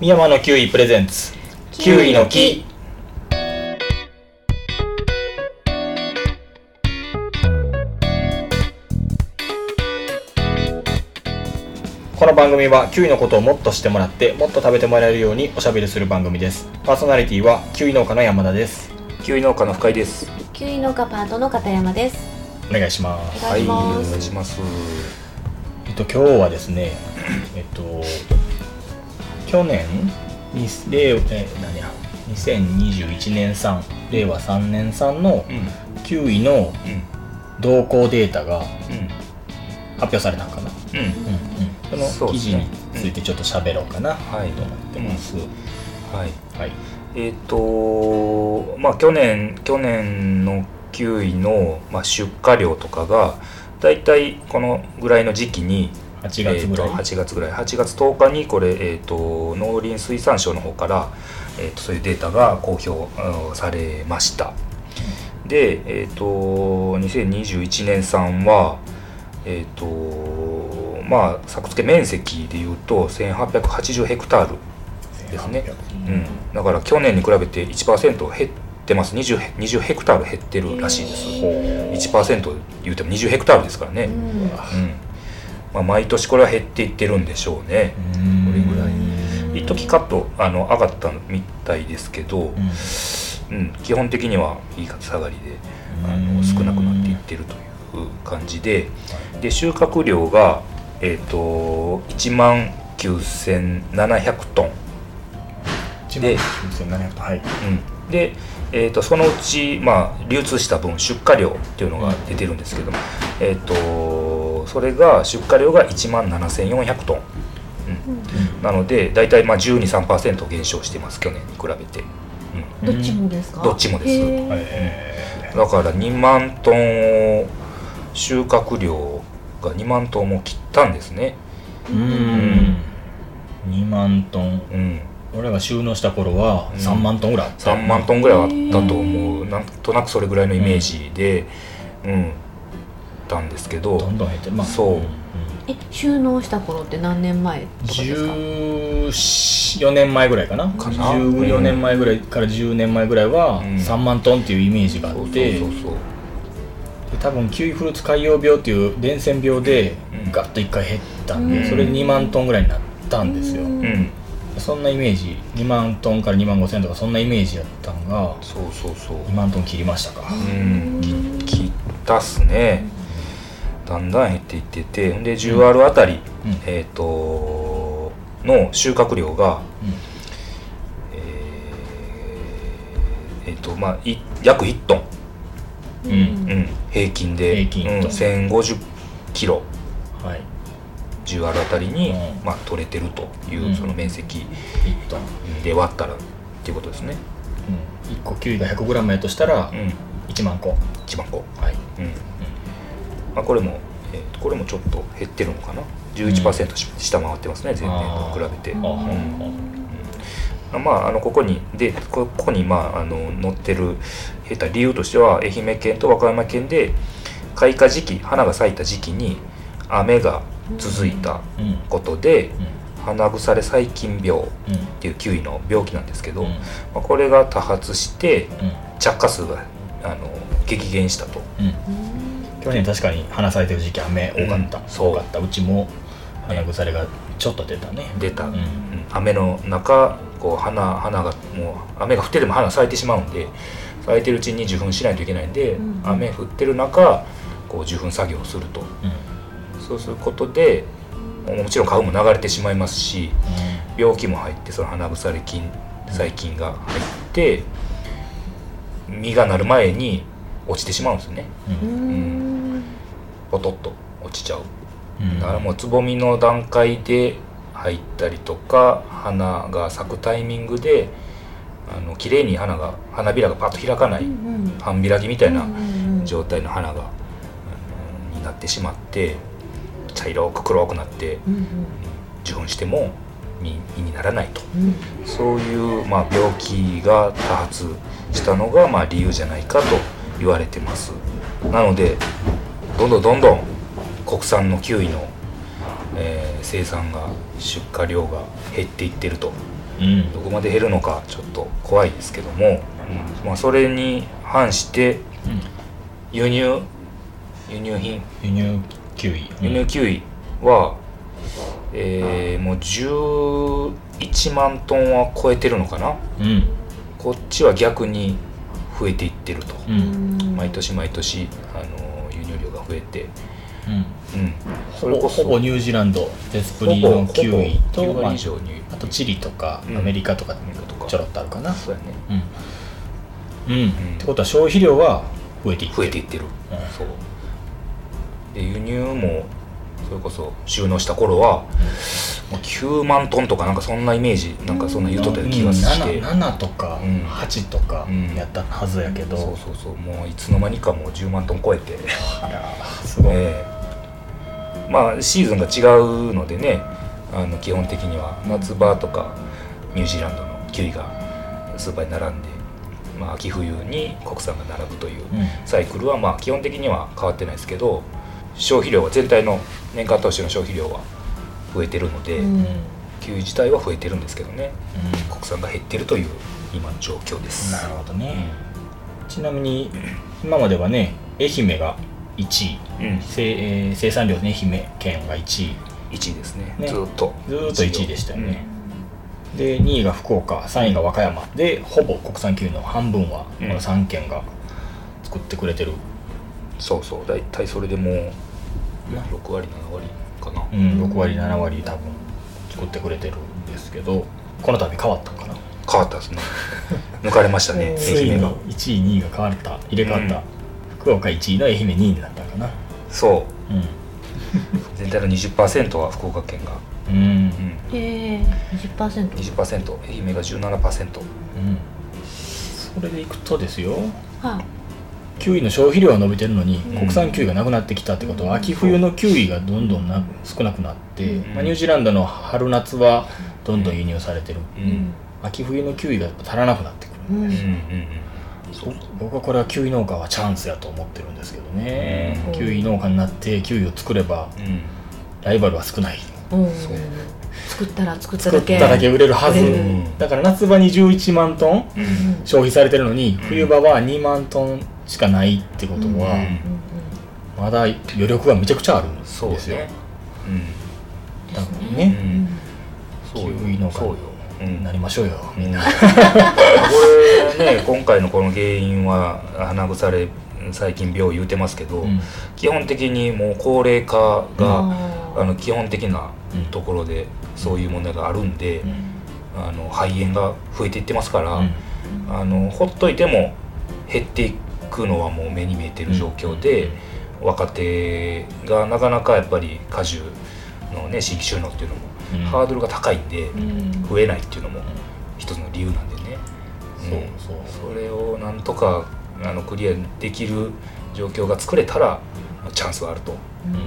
三山のキウイプレゼンツキウイの木この番組はキウイのことをもっと知ってもらってもっと食べてもらえるようにおしゃべりする番組ですパーソナリティはキウイ農家の山田ですキウイ農家の深井です。キウイ農家パートの片山です。お願いしまおす願いしまお願いす。します。えっと今日はですねえっと去年に令え何や2021年産令和3年産のうん、うん、キウイの動向データが発表されたんかな、うん、うんうん、そそのうで記事すにねついてちょっと喋ろうかなとは思いってます、うん、はい。はいえっ、と、まあ、去年、去年のキウイの、まあ、出荷量とかが。だいたいこのぐらいの時期に8月ぐらい、えーと8月ぐらい8月10日にこれ、えー、と農林水産省の方から、えー、とそういうデータが公表うんされましたで、えー、と2021年産はえっ、とまあ作付け面積でいうと1880ヘクタール、ですね1800うん、だから去年に比べて1%減ってます 20, ヘ20ヘクタール減ってるらしいですへー1%言うても20ヘクタールですからね、うんうんまあ、毎年これは減っていってるんでしょうねうんこれぐらいうん一時カットあの上がったみたいですけど、うん、基本的には右肩下がりであうのん少なくなっていってるという感じでで収穫量が、えー、と1万9700トン、 1 9700とはいうん、で、えー、とそのうち、まあ、流通した分出荷量っていうのが出てるんですけども、えー、とそれが出荷量が1万7400トン。うんなので大体まあ123%減少してます去年に比べて、どっちもですか？どっちもですへーえうん、だから2万トンを収穫量が2万トンも切ったんですね、ー、うん2万トンうん、俺らが収納した頃はうん3万トンぐらいあったよ3万トンぐらいはあったと思うなんとなくそれぐらいのイメージでうん、たんですけどどんどん減ってまあそうんんえ、収納した頃って何年前とかですか？ 14年前ぐらいかなかな14年前ぐらいから10年前ぐらいはうん3万トンっていうイメージがあそうっそうて、そうそうで多分キウイフルーツ海洋病っていう伝染病でうんガッと1回減ったんで、うんそれ2万トンぐらいになったんですよ、うんうんそんなイメージ2万トンから2万5千とかそんなイメージやったんがそうそうそう2万トン切りましたかうんき切ったっすねだんだん減っていっててほんで 10R あたり、うんえっ、との収穫量がうえーえーとまあい約1トン、んうんうん、平均で平均うん、と1050キロんはい 10R あたりに、うんまあ、取れてるという、うんその面積1トン、で割ったらっていうことですね、うん、1個キウイが 100g やとしたらうん、 1万個一番こはい、う、うんまあ、これも、えーとこれもちょっと減ってるのかな11%し下回ってますね前年と比べて、ああーあまあ、あのここにでこここに、まあ、あの載ってる下手理由としては愛媛県と和歌山県で開花時期花が咲いた時期に雨が続いたうんうんことで花腐れ細菌病っうんていうキウイの病気なんですけど、うんまあ、これが多発してうん着火数があの激減したと。うん去年確かに花咲いてる時期雨多かった、うんそう多かったうちも花腐れがちょっと出たね出た、ううんん雨の中こう花花がもう雨が降ってでも花咲いてしまうんで咲いてるうちに受粉しないといけないんで、うん雨降ってる中こう受粉作業をするとうんそうすることでもうもちろん花粉も流れてしまいますし病気も入ってその花腐れ菌細菌が入って実がなる前に落ちてしまうんですよねううんんポトッと落ちちゃううんだからもうつぼみの段階で入ったりとか花が咲くタイミングであの綺麗に花が花びらがパッと開かないうんみ半開きみたいな態状態の花が、あのになってしまって茶色く黒くなって受粉しても実実にならないとそういう、まあ、病気が多発したのが、まあ、理由じゃないかと言われてますなのでどんどんどんどん国産のキウイの、えー生産が出荷量が減っていってるとうんどこまで減るのかちょっと怖いですけども、まあ、それに反して輸入輸入品輸入9位輸入キウイは、えーもう11万トンは超えてるのかなうんこっちは逆に増えていってると、うんうん毎年毎年、あのー輸入量が増えて、うんうん、そほれぼこそほぼニュージーランドデスプリーの9位と、 9まあ割以、上にあとチリリとかアうんメリカとかとかちょろっとあるかなそうやねうん、うんってことは消費量は増えていく増えていってる、うんそうで輸入もそれこそ収納した頃は、もう9万トンとかなんかそんなイメージなんかそんな言うとったような気がして、うん、7, 7とかうん8とかやったはずやけど、そうそうそうもういつの間にかもう10万トン超えて、いやーすごい、ええまあシーズンが違うのでねあの基本的には夏場とかニュージーランドのキウイがスーパーに並んで、まあ、秋冬に国産が並ぶというサイクルはまあ基本的には変わってないですけど消費量は全体の年間投資の消費量は増えてるので、うんうんキウイ自体は増えてるんですけどね国産が減ってるという今の状況です。なるほどね、ちなみに今まではね愛媛が1位うんうん生,、えー生産量ね愛媛県が1位1位ですねねずーっとずーっと1位でしたよね、で2位が福岡3位が和歌山でほぼ国産級の半分はこうんの3県が作ってくれてる、うんそうそう大体それでもうな6割7割かな、うん6割7割多分作ってくれてるんですけどこの度変わったんかな変わった ですね抜かれましたねうんつ愛い媛にが1位2位が変わった入れ替わった、うん福岡1位の愛媛2位になったんかなそうんう全体の20%は福岡県が、うん、うんうん、ええ20%。 20%愛媛が17%それでいくとですよはキウイの消費量は伸びてるのに、ん国産キウイがなくなってきたってことは秋冬のキウイがどんどんな少なくなって、うんまあ、ニュージーランドの春夏はどんどん輸入されてる、うい。ん秋冬のキウイが足らなくなってくるうん。ううんうんんうんそう僕はこれはキウイ農家はチャンスやと思ってるんですけどね、うんキウイ農家になってキウイを作ればうんライバルは少ないうんそう作ったら作った作だっけ。ただけ売れるはず、うんだから夏場に11万トンうんうん消費されてるのに冬場は2万トンしかないってことは、うんうんうんまだ余力がめちゃくちゃあるんですそようですねだからですうんうね、んそうよキウイ農家そうようんなりましょうよみんな、これね 今回のこの原因は鼻腐れ細菌病言うてますけど、うん基本的にもう高齢化が、あーあの基本的なところでそういう問題があるんで、あの肺炎が増えていってますから、うんあのほっといても減っていくのはもう目に見えてる状況で、若手がなかなかやっぱり果汁のね新規収納っていうのも、うんハードルが高いんでうん増えないっていうのも一つの理由なんでね、そうそうそれをなんとかあのクリアできる状況が作れたらチャンスはあるとうん思い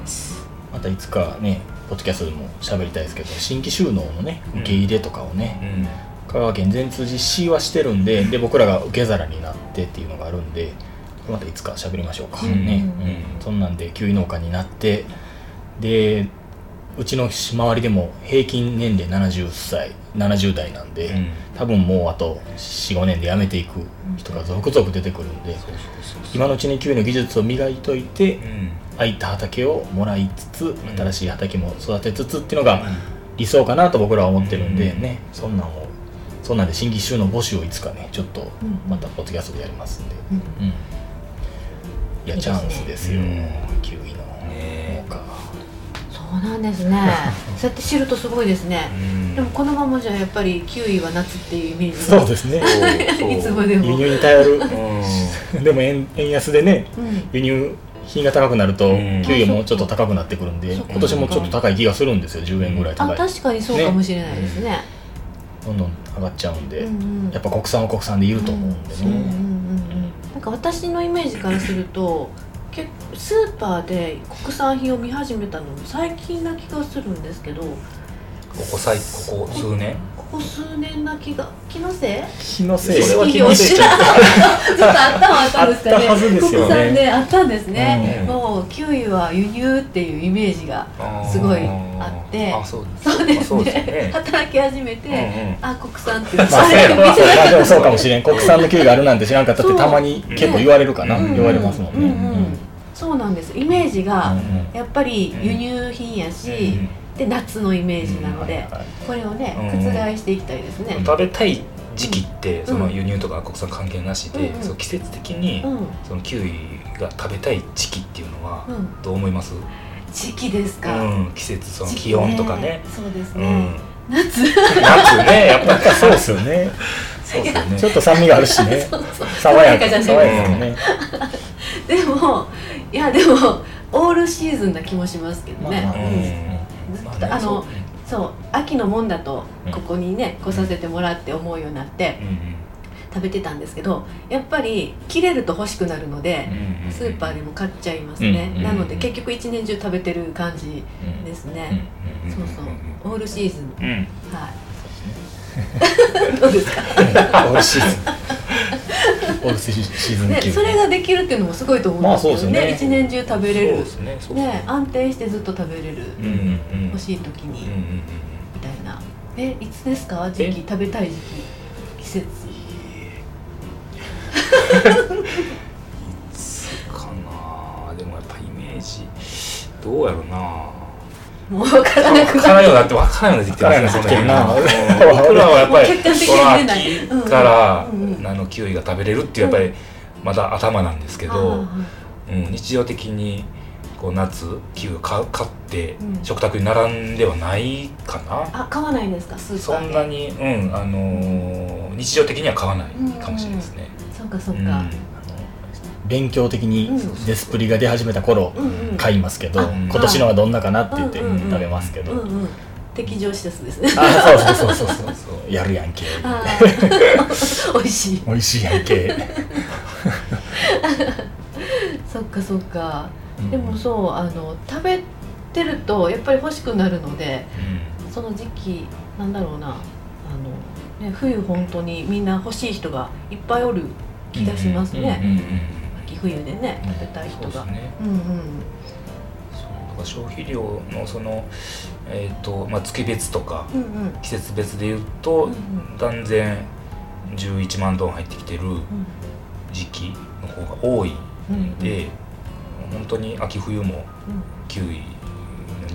ます。またいつかねポッドキャストでも喋りたいですけど新規収納のねうん受け入れとかをね、うん香川県全通実施はしてるんでで僕らが受け皿になってっていうのがあるんでまたいつか喋りましょうか、うんね、うんそんなんでキウイ農家になってでうちの周りでも平均年齢70歳70代なんで、うん多分もうあと45年で辞めていく人が続々出てくるんでそうそうそうそう今のうちにキウイの技術を磨いといてうん空いた畑をもらいつつ新しい畑も育てつつっていうのが、理想かなと僕らは思ってるんでうんね、そんなんをそんなんで新規収納募集をいつかねちょっとうんまたポッドキャストでやりますんで、うんうんいやいいでチすねャンスですよ、うんキウイのね農家そうなんで すね。そうやって知るとすごいですね。うんでもこのままじゃやっぱりキウイは夏っていうイメージがそうです ねそ ういつまで輸も。入に頼るうでも円円安でねうん輸入品が高くなると、うん給与もちょっと高くなってくるんでそっか今年もちょっと高い気がするんですよ10円ぐらい高あい確かにそうかもしれないですね。どんどん上がっちゃうんで、うんうんやっぱ国産は国産でいると思うんでうんうんね、うんうんなんか私のイメージからすると結構スーパーで国産品を見始めたのも最近な気がするんですけどここ最ここ数年こここ数年な気が気のせい気のせいそれは意気識のをせい知らんずっとあったんはあったんですかねあったはずですよね国産であったんですね、うんもうキウイは輸入っていうイメージがあーすごいあってあそうですそうですそうねですよね働き始めて、うんうんあ国産って言ってまあ、あそうれやろま見てなかあっでもそうかもしれん国産のキウイがあるなんて知らんかったってたまに結構言われるかな、そうた言われますもんね、ううんうんうんそうなんですイメージうがんやっぱり輸入品やし、うんで夏のイメージなので、はいはいこれをねうん覆していきたいですね、食べたい時期ってそうのん輸入とか国産関係なしで、うんうんその季節的にうんそのキウイが食べたい時期っていうのはうん、どう思います、時期ですうか、ん季節その時期気温とかねそうですうね、ん夏夏ねやっぱなんかそうですよねそう ですよねちょっと酸味があるしねそうそう爽やか爽やかじ爽ゃないやかね、でもいやでもオールシーズンな気もしますけどね、まあまあうんずっと、まあねのそう秋のもんだとうんここにね来させてもらって思うようになってうん食べてたんですけどやっぱり切れると欲しくなるのでうんうんうんスーパーでも買っちゃいますね、うんなので結局一年中食べてる感じうんですね、うんんそうそうオールシーズンうんうんはいどうですか、オールシーズンオールシーズンね、級それができるっていうのもすごいと思うんまあですよそうねです一、よね年中食べれるそうですねそうですねね安定してずっと食べれる、うんうん欲しい時に、うんうんうんみたいなえいつですか時期食べたい時期季節うんかなでもやっぱイメージどうやろうなもう分からなく分かならるんようになって分からんようになってきてますね分からんようになってきてるなその辺うん僕らはやっぱりもう結果的に見れないこの秋からうんうんうんあのキウイが食べれるっていうやっぱうりまだ頭なんですけど、あうん、日常的にこう夏キウイを買う買ってうん食卓に並んではないかな、ああ買わないんですかスーパそーんでなに、うんあのー日常的には買わないかもしれないですね。そうかそううんか、勉強的にデスプリが出始めた頃うん、うんうん買いますけど、あ今年のはどんなかなって言ってうんうんうん食べますけど、うんうん敵上視察で すねあそうそうそうそうそうそうやるやんけあー美味しい美味しいやんけそっかそっかでもそうあの食べてるとやっぱり欲しくなるのでうその時期なんだろうなあの、ね、冬本当にみんな欲しい人がいっぱいおる気がしますうんうんんうねんうん秋冬でね食べたいそ人うですがねうんうんそうだから消費量のその、えーとまあ、月別とかうんうん季節別でいうと、うんうん断然11万トン入ってきてる時期の方が多いうんんで、本当に秋冬もキウイの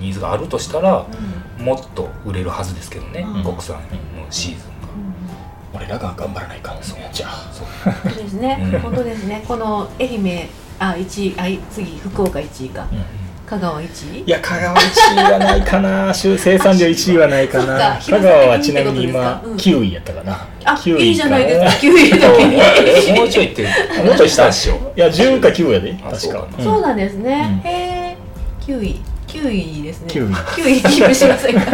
ニーズがあるとしたらもっと売れるはずですけどね、うん国産のシーズンが。俺らが頑張らないかんそうじゃあそうそうですね、本当ですね、この愛媛、あ、一位、あ、次、福岡一位か、香川一位い。や香川1位はないかな生産量1位はないかなそっか香川はちなみに今、うんキウイやったかなあ、キウイかいいじゃないですか、九位だけに。えもうちょいってもうちょい下っしょいや10か9やであ確そうかかうんそうなんですね。うんへえ、九位、九位ですね。キウイ九位キープしませんか。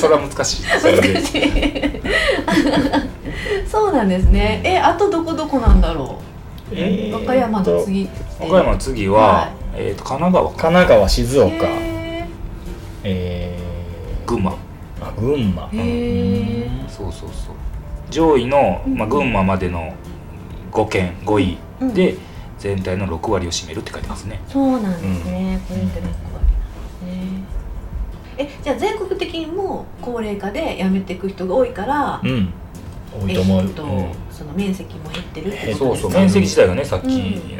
それは難しいですよね難しい。そうなんですね。え、あとどこどこなんだろえう。ー和歌山のと次。和歌山の次は、はいえーと神奈川神か奈川静岡へえ群馬ー、あ群馬え。へえ。そうそうそう上位の、まあ、群馬までの5県5位で、全体の6割を占めるって書いてますねそうなんですね。これって六割なんですね。え、じゃあ全国的にもう高齢化で辞めていく人が多いからう。ん多いと思う、えっとうんその面積も減ってるってえことそですうそうね。面積自体がねさっき、う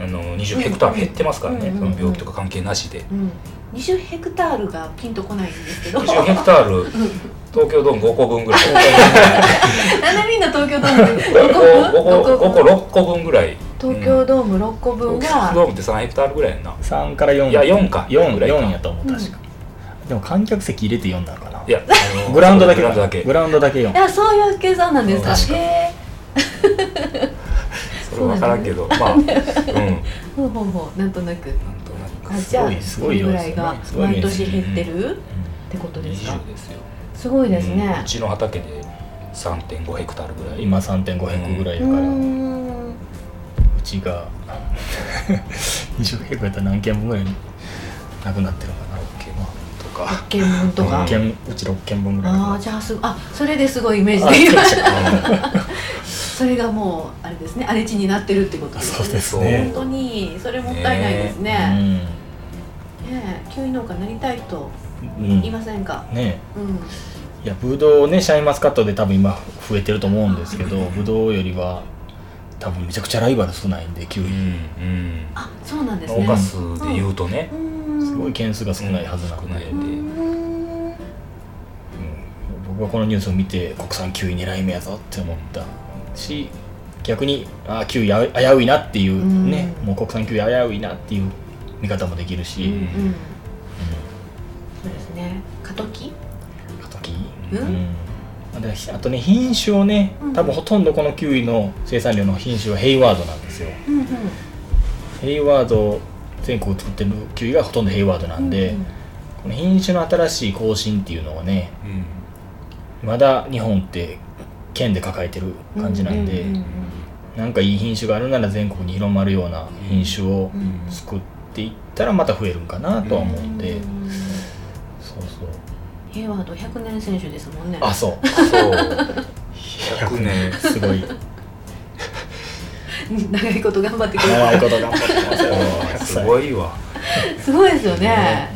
あの20ヘクタール減ってますからね、うんその病気とか関係なしでうん、20ヘクタールがピンとこないんですけど20ヘクタール東京ドーム5個分ぐらいなんでみんな東京ドーム5 5個個分5個6個分ぐらい東京ドーム6個分が、ドームって3ヘクタールぐらいやんな3から4いや4か4ぐぐららいい4かやと思う確か、でも観客席入れて4なのかないやあのグラウンドだけグかラウンドだけグラウンドだけい4やそういう計算なんですか確かへそれは分からんけど、まあ、うん、なんえほうほうほうなんとなくとなく。あじゃあすそごいれ量ぐでらすよいねがすごい毎量です年ね減ってるってことですか20ですよ。すごいですうんうねちの畑で3.5ヘクタールぐらうんい。今3.5ヘクぐらいだうから、ーうんちが 20ヘクやったら何軒分ぐらいなくなってるのかな結か見分とか、六件うち6件分ぐらいあああーるじゃあすごあそれですごいイメージできましたそれがもうあれですね荒れ地になってるってことですねそうですね本当にそれもったいないですねねえキウイ農家になりたいとうん、うん言いませんか、ねうんいやブドウねシャインマスカットで多分今増えてると思うんですけどブドウよりは多分めちゃくちゃライバル少ないんでキウうイ、んうんあそうなんです農ね家数で言うとね、うんすごい件数が少ないはずなので、ううんん少ないうん僕はこのニュースを見て国産キウイ狙い目やぞって思ったし逆にあーキウイあ危ういなっていうね、うんもう国産キウイ危ういなっていう見方もできるし、ううんんうんそうですね過渡期過渡期ううんんあであとね品種をねうん多分ほとんどこのキウイの生産量の品種はヘイワードなんですようんうんヘイワード全国作ってるキウイがほとんどヘイワードなんで、うんこの品種の新しい更新っていうのをねうんまだ日本って県で抱えてる感じなんで、うんうんうんなんかいい品種があるなら全国に広まるような品種をうん作っていったらまた増えるんかなとは思うんで、うんそうそうヘイワード100年選手ですもんねあそうそう100年すごい 長いこと頑張ってくれ長いたこと頑張ってますよあーすごいわすごいですよねね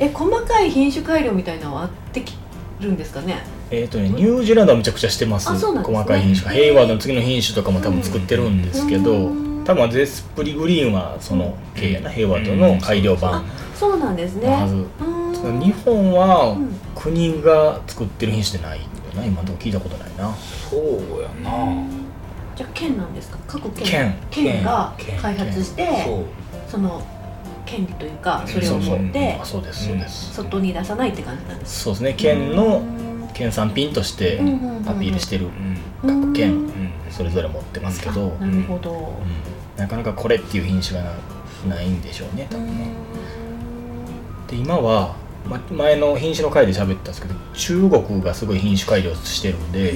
え細かい品種改良みたいなのはあってきるんですかねえっ、とねニュージーランドはめちゃくちゃしてますあそうなんですね細かい品種がヘイワードの次の品種とかも多分作ってるんですけど、うん多分ゼスプリグリーンはその系やな、ヘイワードの改良版そうなんですねのはず、うーん日本はうん国が作ってる品種ってないよな今のとこ聞いたことないなそうやなじゃあ県なんですか各県県が県開発してそうその権利というかうんそれをそうそう持ってあそうですそうです、外に出さないって感じなんですそうですね県うのん県産品としてうんうんうんうんアピールしてるうん各県うんうんそれぞれ持ってますけど、あうんなるほどなかなかこれっていう品種がなないんでしょうね多分ねうで今はま前の品種の回で喋ったんですけど中国がすごい品種改良してるんで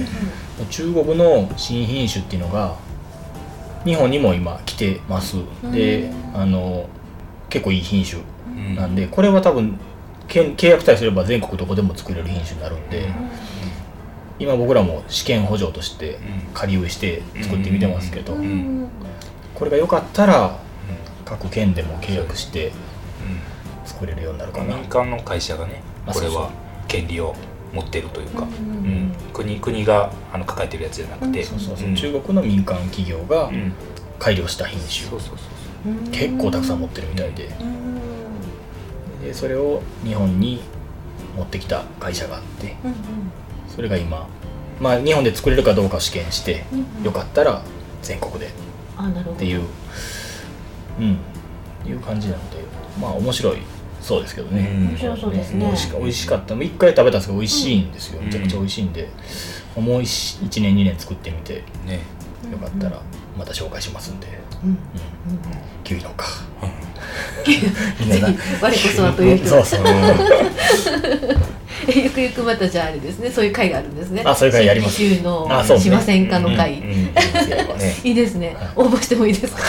中国の新品種っていうのが日本にも今来てますでうんあの結構いい品種うんなんでこれは多分けん契約さえすれば全国どこでも作れる品種になるんでん今僕らも試験補助としてうん仮植えして作ってみてますけどうんうんこれが良かったら各県でも契約して作れるようになるうかんな民間の会社がねあこれそうそは権利を持ってるというかうんうんうん国国があの抱えてるやつじゃなくてそうそうそううん中国の民間企業がうん改良した品そ種うそうそううん結構たくさん持ってるみたいでうんでそれを日本に持ってきた会社があってうんそれが今まあ日本で作れるかどうか試験してうんうんよかったら全国でっあなるほどていううんいう感じなのでまあ面白いそうですけどそうね、面白そうですね美味しか美味しかったもう一回食べたんですけど美味しいんですよ、うんめちゃくちゃ美味しいんで、もう1年2年作ってみてようんねかったらまた紹介しますんで、うんうん、うんうんキウイ農家 ぜみんななひ我こそはという人そうそうえゆくゆくまたじゃああれですねそういう会があるんですねあそういう会やります新規収納あそうねしませんかの会、うんねいいですね応募してもいいですか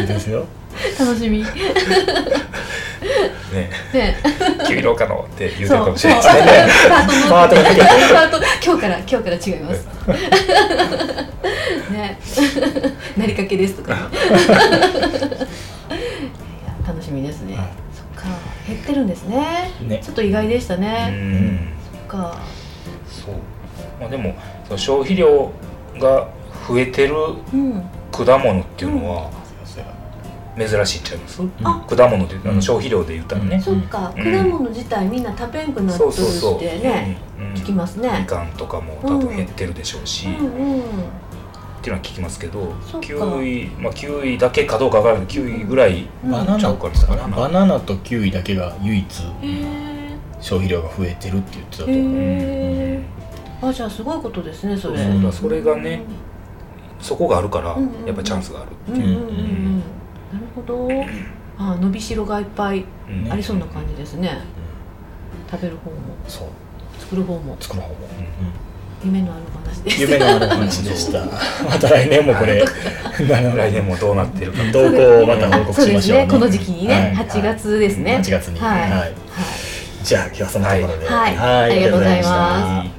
いい ですよ楽しみ ねねキウイ農家のって言うてるかそもうしそうれないですねパートのパート今日から今日から違いますねなりかけですとかねいや楽しみですね、はいそっか減ってるんですねねちょっと意外でしたうね、んそっかそうまあでもその消費量が増えてるうん果物っていうのは珍しいんちゃいますあ果物っていうあうのん消費量で言ったらねそっか、うん果物自体みんな食べんくなっそとるうそうそうってね、うんうん聞きますみね、かんとかも多分減ってるでしょうし、うっんうんていうのは聞きますけどそっかキウイまあキウイだけかどうかわからないけどキウイぐらいうんバナちゃナうからですからバナナとキウイだけが唯一へえ消費量が増えてるって言ってたとへ思うえあじゃあすごいことですねそれそうだそれがねそこがあるからうんうんうんやっぱチャンスがある、うんうんうんうんなるほどあ伸びしろがいっぱいうんありそうな感じですねう食べる方もんそう作る方も作る方もうん夢のある話です。夢のある話で したまた来年もこれ来年もどうなってるか動向をまた報告しましょう、そうですねこの時期にね、はい8月ですね8月にはいははいいじゃあ今日はそんなところではいはいありがとうございますありがとうございました